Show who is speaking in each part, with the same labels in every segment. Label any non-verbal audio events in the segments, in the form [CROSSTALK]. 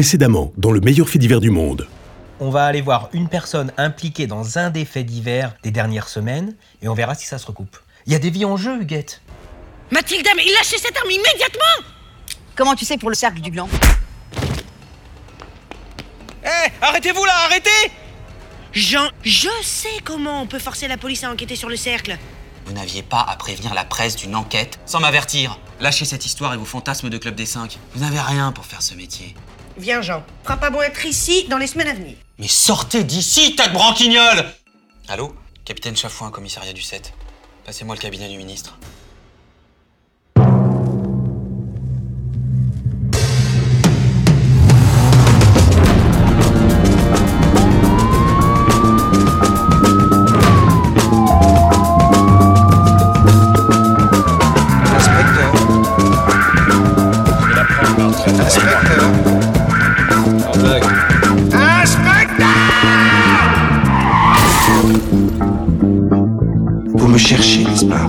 Speaker 1: précédemment dans le meilleur fait divers du monde.
Speaker 2: On va aller voir une personne impliquée dans un des faits divers des dernières semaines et on verra si ça se recoupe. Il y a des vies en jeu, Huguette.
Speaker 3: Mathilda, mais lâchez cette arme immédiatement
Speaker 4: Comment tu sais pour le cercle du gland
Speaker 5: Eh, arrêtez-vous là, arrêtez
Speaker 3: Jean, je sais comment on peut forcer la police à enquêter sur le cercle.
Speaker 6: Vous n'aviez pas à prévenir la presse d'une enquête sans m'avertir. Lâchez cette histoire et vos fantasmes de Club des 5. Vous n'avez rien pour faire ce métier.
Speaker 3: Viens, Jean. Fera pas bon être ici dans les semaines à venir.
Speaker 6: Mais sortez d'ici, tas de branquignoles Allô Capitaine Chafouin, commissariat du 7. Passez-moi le cabinet du ministre.
Speaker 5: Inspecteur. Inspecteur. Vous me cherchez, n'est-ce pas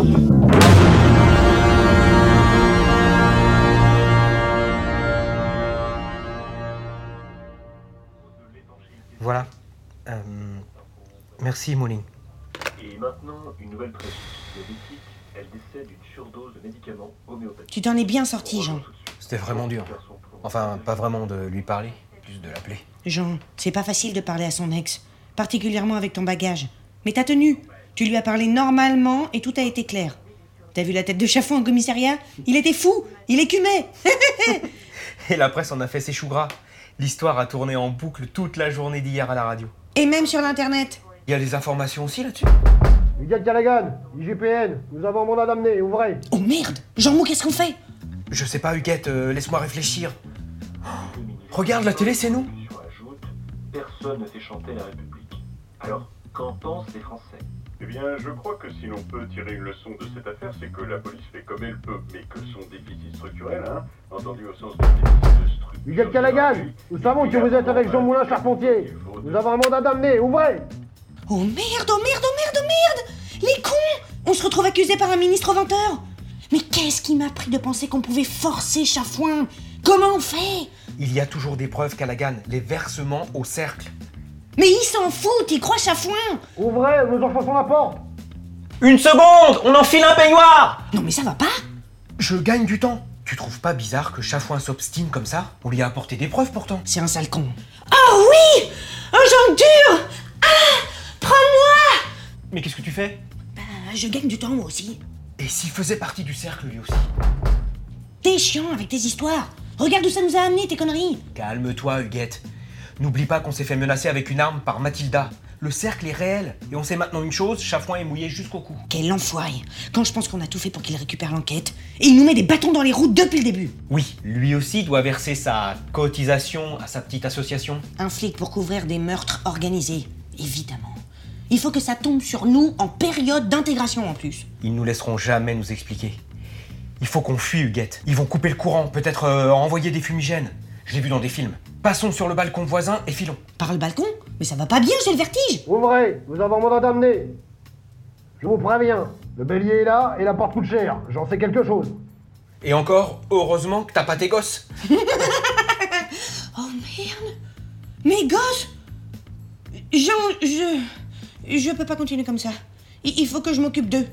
Speaker 2: Voilà. Euh, merci, Moulin.
Speaker 7: Et maintenant, une nouvelle pression diabétique. Elle décède d'une surdose de médicaments homéopathiques.
Speaker 3: Tu t'en es bien sorti, Jean.
Speaker 2: C'était vraiment dur. Enfin, pas vraiment de lui parler, plus de l'appeler.
Speaker 3: Jean, c'est pas facile de parler à son ex, particulièrement avec ton bagage. Mais t'as tenu. Tu lui as parlé normalement et tout a été clair. T'as vu la tête de Chafouin au commissariat Il était fou Il écumait
Speaker 2: Et la presse en a fait ses choux gras. L'histoire a tourné en boucle toute la journée d'hier à la radio.
Speaker 3: Et même sur l'internet
Speaker 2: Il y a des informations aussi là-dessus
Speaker 8: Huguette Galagan, IGPN, nous avons un mandat d'amener, ouvrez
Speaker 3: Oh merde Jean Mou, qu'est-ce qu'on fait
Speaker 2: Je sais pas, Huguette, euh, laisse-moi réfléchir. Oh, regarde la télé, c'est nous
Speaker 7: Sur ajoute, personne ne fait chanter la République. Alors, qu'en pensent les Français
Speaker 8: Eh bien, je crois que si l'on peut tirer une leçon de cette affaire, c'est que la police fait comme elle peut, mais que son déficit structurel, hein, entendu au sens du déficit de structure... Huguette Galagan, nous savons que vous êtes avec Jean Moulin Charpentier. Nous avons un mandat d'amener, ouvrez
Speaker 3: Oh merde, oh merde, oh merde, oh merde Les cons On se retrouve accusés par un ministre venteur Mais qu'est-ce qui m'a pris de penser qu'on pouvait forcer Chafouin Comment on fait
Speaker 2: Il y a toujours des preuves, Calagan, les versements au cercle.
Speaker 3: Mais ils s'en foutent, ils croient Chafouin
Speaker 8: Ouvrez, nous enfonçons la porte
Speaker 2: Une seconde On enfile un peignoir
Speaker 3: Non mais ça va pas
Speaker 2: Je gagne du temps Tu trouves pas bizarre que Chafouin s'obstine comme ça On lui a apporté des preuves pourtant.
Speaker 3: C'est un sale con. Oh oui Un Jean dur Ah Prends-moi
Speaker 2: Mais qu'est-ce que tu fais
Speaker 3: Bah, je gagne du temps moi aussi.
Speaker 2: Et s'il faisait partie du cercle lui aussi
Speaker 3: T'es chiant avec tes histoires Regarde où ça nous a amené tes conneries
Speaker 2: Calme-toi, Huguette. N'oublie pas qu'on s'est fait menacer avec une arme par Mathilda. Le cercle est réel. Et on sait maintenant une chose, Chafouin est mouillé jusqu'au cou.
Speaker 3: Quel enfoiré Quand je pense qu'on a tout fait pour qu'il récupère l'enquête, et il nous met des bâtons dans les roues depuis le début
Speaker 2: Oui, lui aussi doit verser sa cotisation à sa petite association.
Speaker 3: Un flic pour couvrir des meurtres organisés, évidemment. Il faut que ça tombe sur nous en période d'intégration en plus.
Speaker 2: Ils nous laisseront jamais nous expliquer. Il faut qu'on fuit, Huguette. Ils vont couper le courant, peut-être euh, envoyer des fumigènes. Je l'ai vu dans des films. Passons sur le balcon voisin et filons.
Speaker 3: Par le balcon Mais ça va pas bien, j'ai le vertige
Speaker 8: Ouvrez, nous avons un mandat d'amener Je vous préviens, le bélier est là et la porte coûte cher, j'en sais quelque chose.
Speaker 2: Et encore, heureusement que t'as pas tes gosses.
Speaker 3: Oh merde Mes gosses Jean, je. Je peux pas continuer comme ça. Il il faut que je m'occupe d'eux.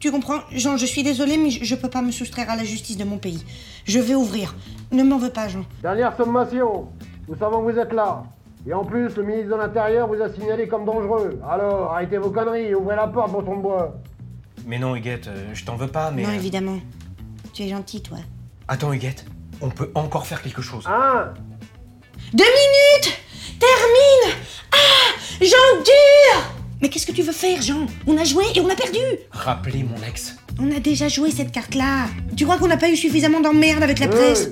Speaker 3: Tu comprends Jean, je suis désolée, mais je je peux pas me soustraire à la justice de mon pays. Je vais ouvrir. Ne m'en veux pas, Jean.
Speaker 8: Dernière sommation, nous savons que vous êtes là. Et en plus, le ministre de l'Intérieur vous a signalé comme dangereux. Alors, arrêtez vos conneries et ouvrez la porte, bouton de bois
Speaker 2: Mais non, Huguette, euh, je t'en veux pas, mais.
Speaker 3: Non,
Speaker 2: euh,
Speaker 3: évidemment. Tu es gentil, toi.
Speaker 2: Attends, Huguette, on peut encore faire quelque chose.
Speaker 8: Hein
Speaker 3: Deux minutes Termine Ah Jean dur Mais qu'est-ce que tu veux faire, Jean On a joué et on a perdu
Speaker 2: Rappelez mon ex.
Speaker 3: On a déjà joué cette carte-là Tu crois qu'on n'a pas eu suffisamment d'emmerdes avec la presse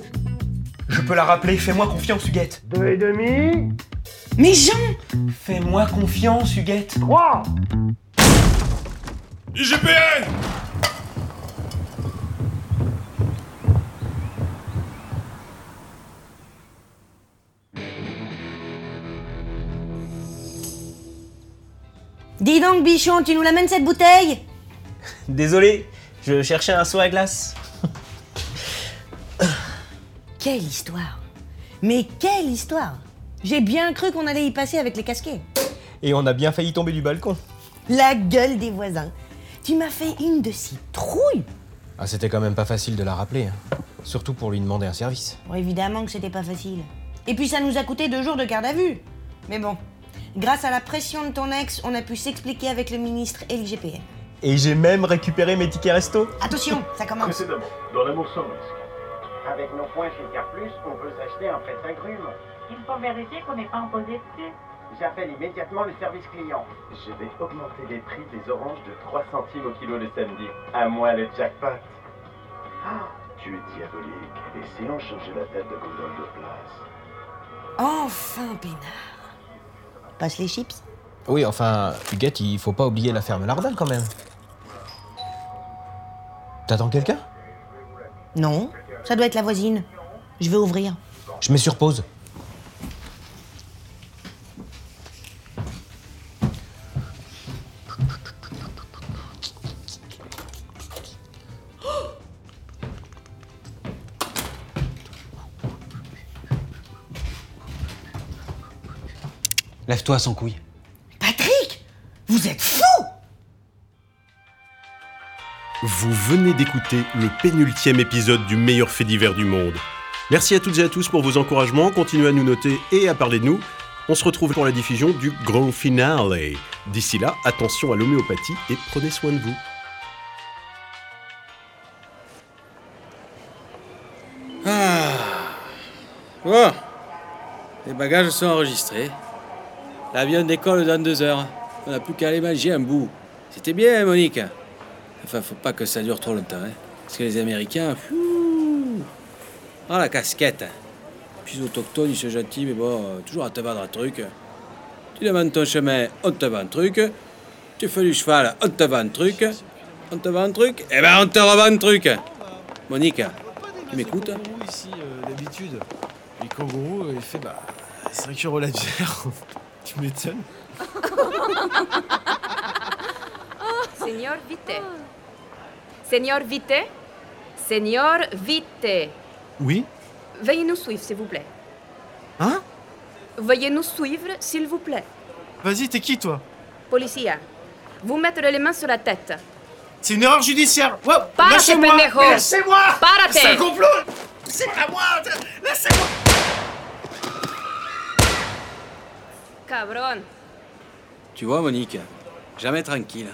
Speaker 2: Je peux la rappeler, fais-moi confiance, Huguette.
Speaker 8: Deux et demi,
Speaker 3: Mais Jean
Speaker 2: Fais-moi confiance, Huguette.
Speaker 8: trois
Speaker 9: IGPN
Speaker 3: Dis donc, bichon, tu nous l'amènes cette bouteille
Speaker 2: Désolé, je cherchais un seau à glace.
Speaker 3: Quelle histoire Mais quelle histoire J'ai bien cru qu'on allait y passer avec les casquets.
Speaker 2: Et on a bien failli tomber du balcon.
Speaker 3: La gueule des voisins. Tu m'as fait une de ces trouilles.
Speaker 2: Ah, c'était quand même pas facile de la rappeler. hein. Surtout pour lui demander un service.
Speaker 3: Bon, évidemment que c'était pas facile. Et puis ça nous a coûté deux jours de garde à vue. Mais bon, grâce à la pression de ton ex, on a pu s'expliquer avec le ministre et l'IGPN.
Speaker 2: Et j'ai même récupéré mes tickets resto.
Speaker 3: Attention, ça commence.
Speaker 8: Précédemment, dans l'amour sans risque.
Speaker 9: Avec nos points chez Car Plus, on peut s'acheter un prêt d'agrumes.
Speaker 10: Il faut vérifier qu'on n'est pas imposé dessus.
Speaker 9: J'appelle immédiatement le service client.
Speaker 7: Je vais augmenter les prix des oranges de 3 centimes au kilo le samedi. À moi le jackpot. Ah, tu es diabolique. Essayons de changer la tête de gondole de place.
Speaker 3: Enfin, peinard. Passe les chips.
Speaker 2: Oui, enfin, Huguette, il faut pas oublier la ferme Lardin quand même. T'attends quelqu'un
Speaker 3: Non, ça doit être la voisine. Je vais ouvrir.
Speaker 2: Je mets sur pause.
Speaker 6: Lève-toi sans couille.
Speaker 3: Patrick Vous êtes fou
Speaker 1: Vous venez d'écouter le pénultième épisode du meilleur fait divers du monde. Merci à toutes et à tous pour vos encouragements, continuez à nous noter et à parler de nous. On se retrouve pour la diffusion du grand finale. D'ici là, attention à l'homéopathie et prenez soin de vous.
Speaker 11: Bon, les bagages sont enregistrés. L'avion décolle dans deux heures. On n'a plus qu'à aller manger un bout. C'était bien, hein, Monique. Enfin, faut pas que ça dure trop longtemps, hein. Parce que les Américains, pfiou, ah la casquette. Puis autochtone, ils sont gentils, mais bon, euh, toujours à te vendre un truc. Tu demandes ton chemin, on te vend un truc. Tu fais du cheval, on te vend un truc. On te vend un truc, eh ben on te revend un truc. Monique, tu m'écoutes
Speaker 12: ici euh, d'habitude. Et kangourou, euh, il fait bah 5 euros la bière. [LAUGHS] tu m'étonnes.
Speaker 10: Seigneur Vite. Seigneur Vite. Seigneur Vite.
Speaker 12: Oui
Speaker 10: Veuillez nous suivre, s'il vous plaît.
Speaker 12: Hein
Speaker 10: Veuillez nous suivre, s'il vous plaît.
Speaker 12: Vas-y, t'es qui toi
Speaker 10: Policier, vous mettrez les mains sur la tête.
Speaker 12: C'est une erreur judiciaire. Wow,
Speaker 10: Párate,
Speaker 12: lâchez-moi
Speaker 10: pendejo.
Speaker 12: Mais Lâchez-moi
Speaker 10: Párate.
Speaker 12: C'est un complot C'est pas moi Laissez-moi
Speaker 10: Cabron.
Speaker 11: Tu vois, Monique, jamais tranquille.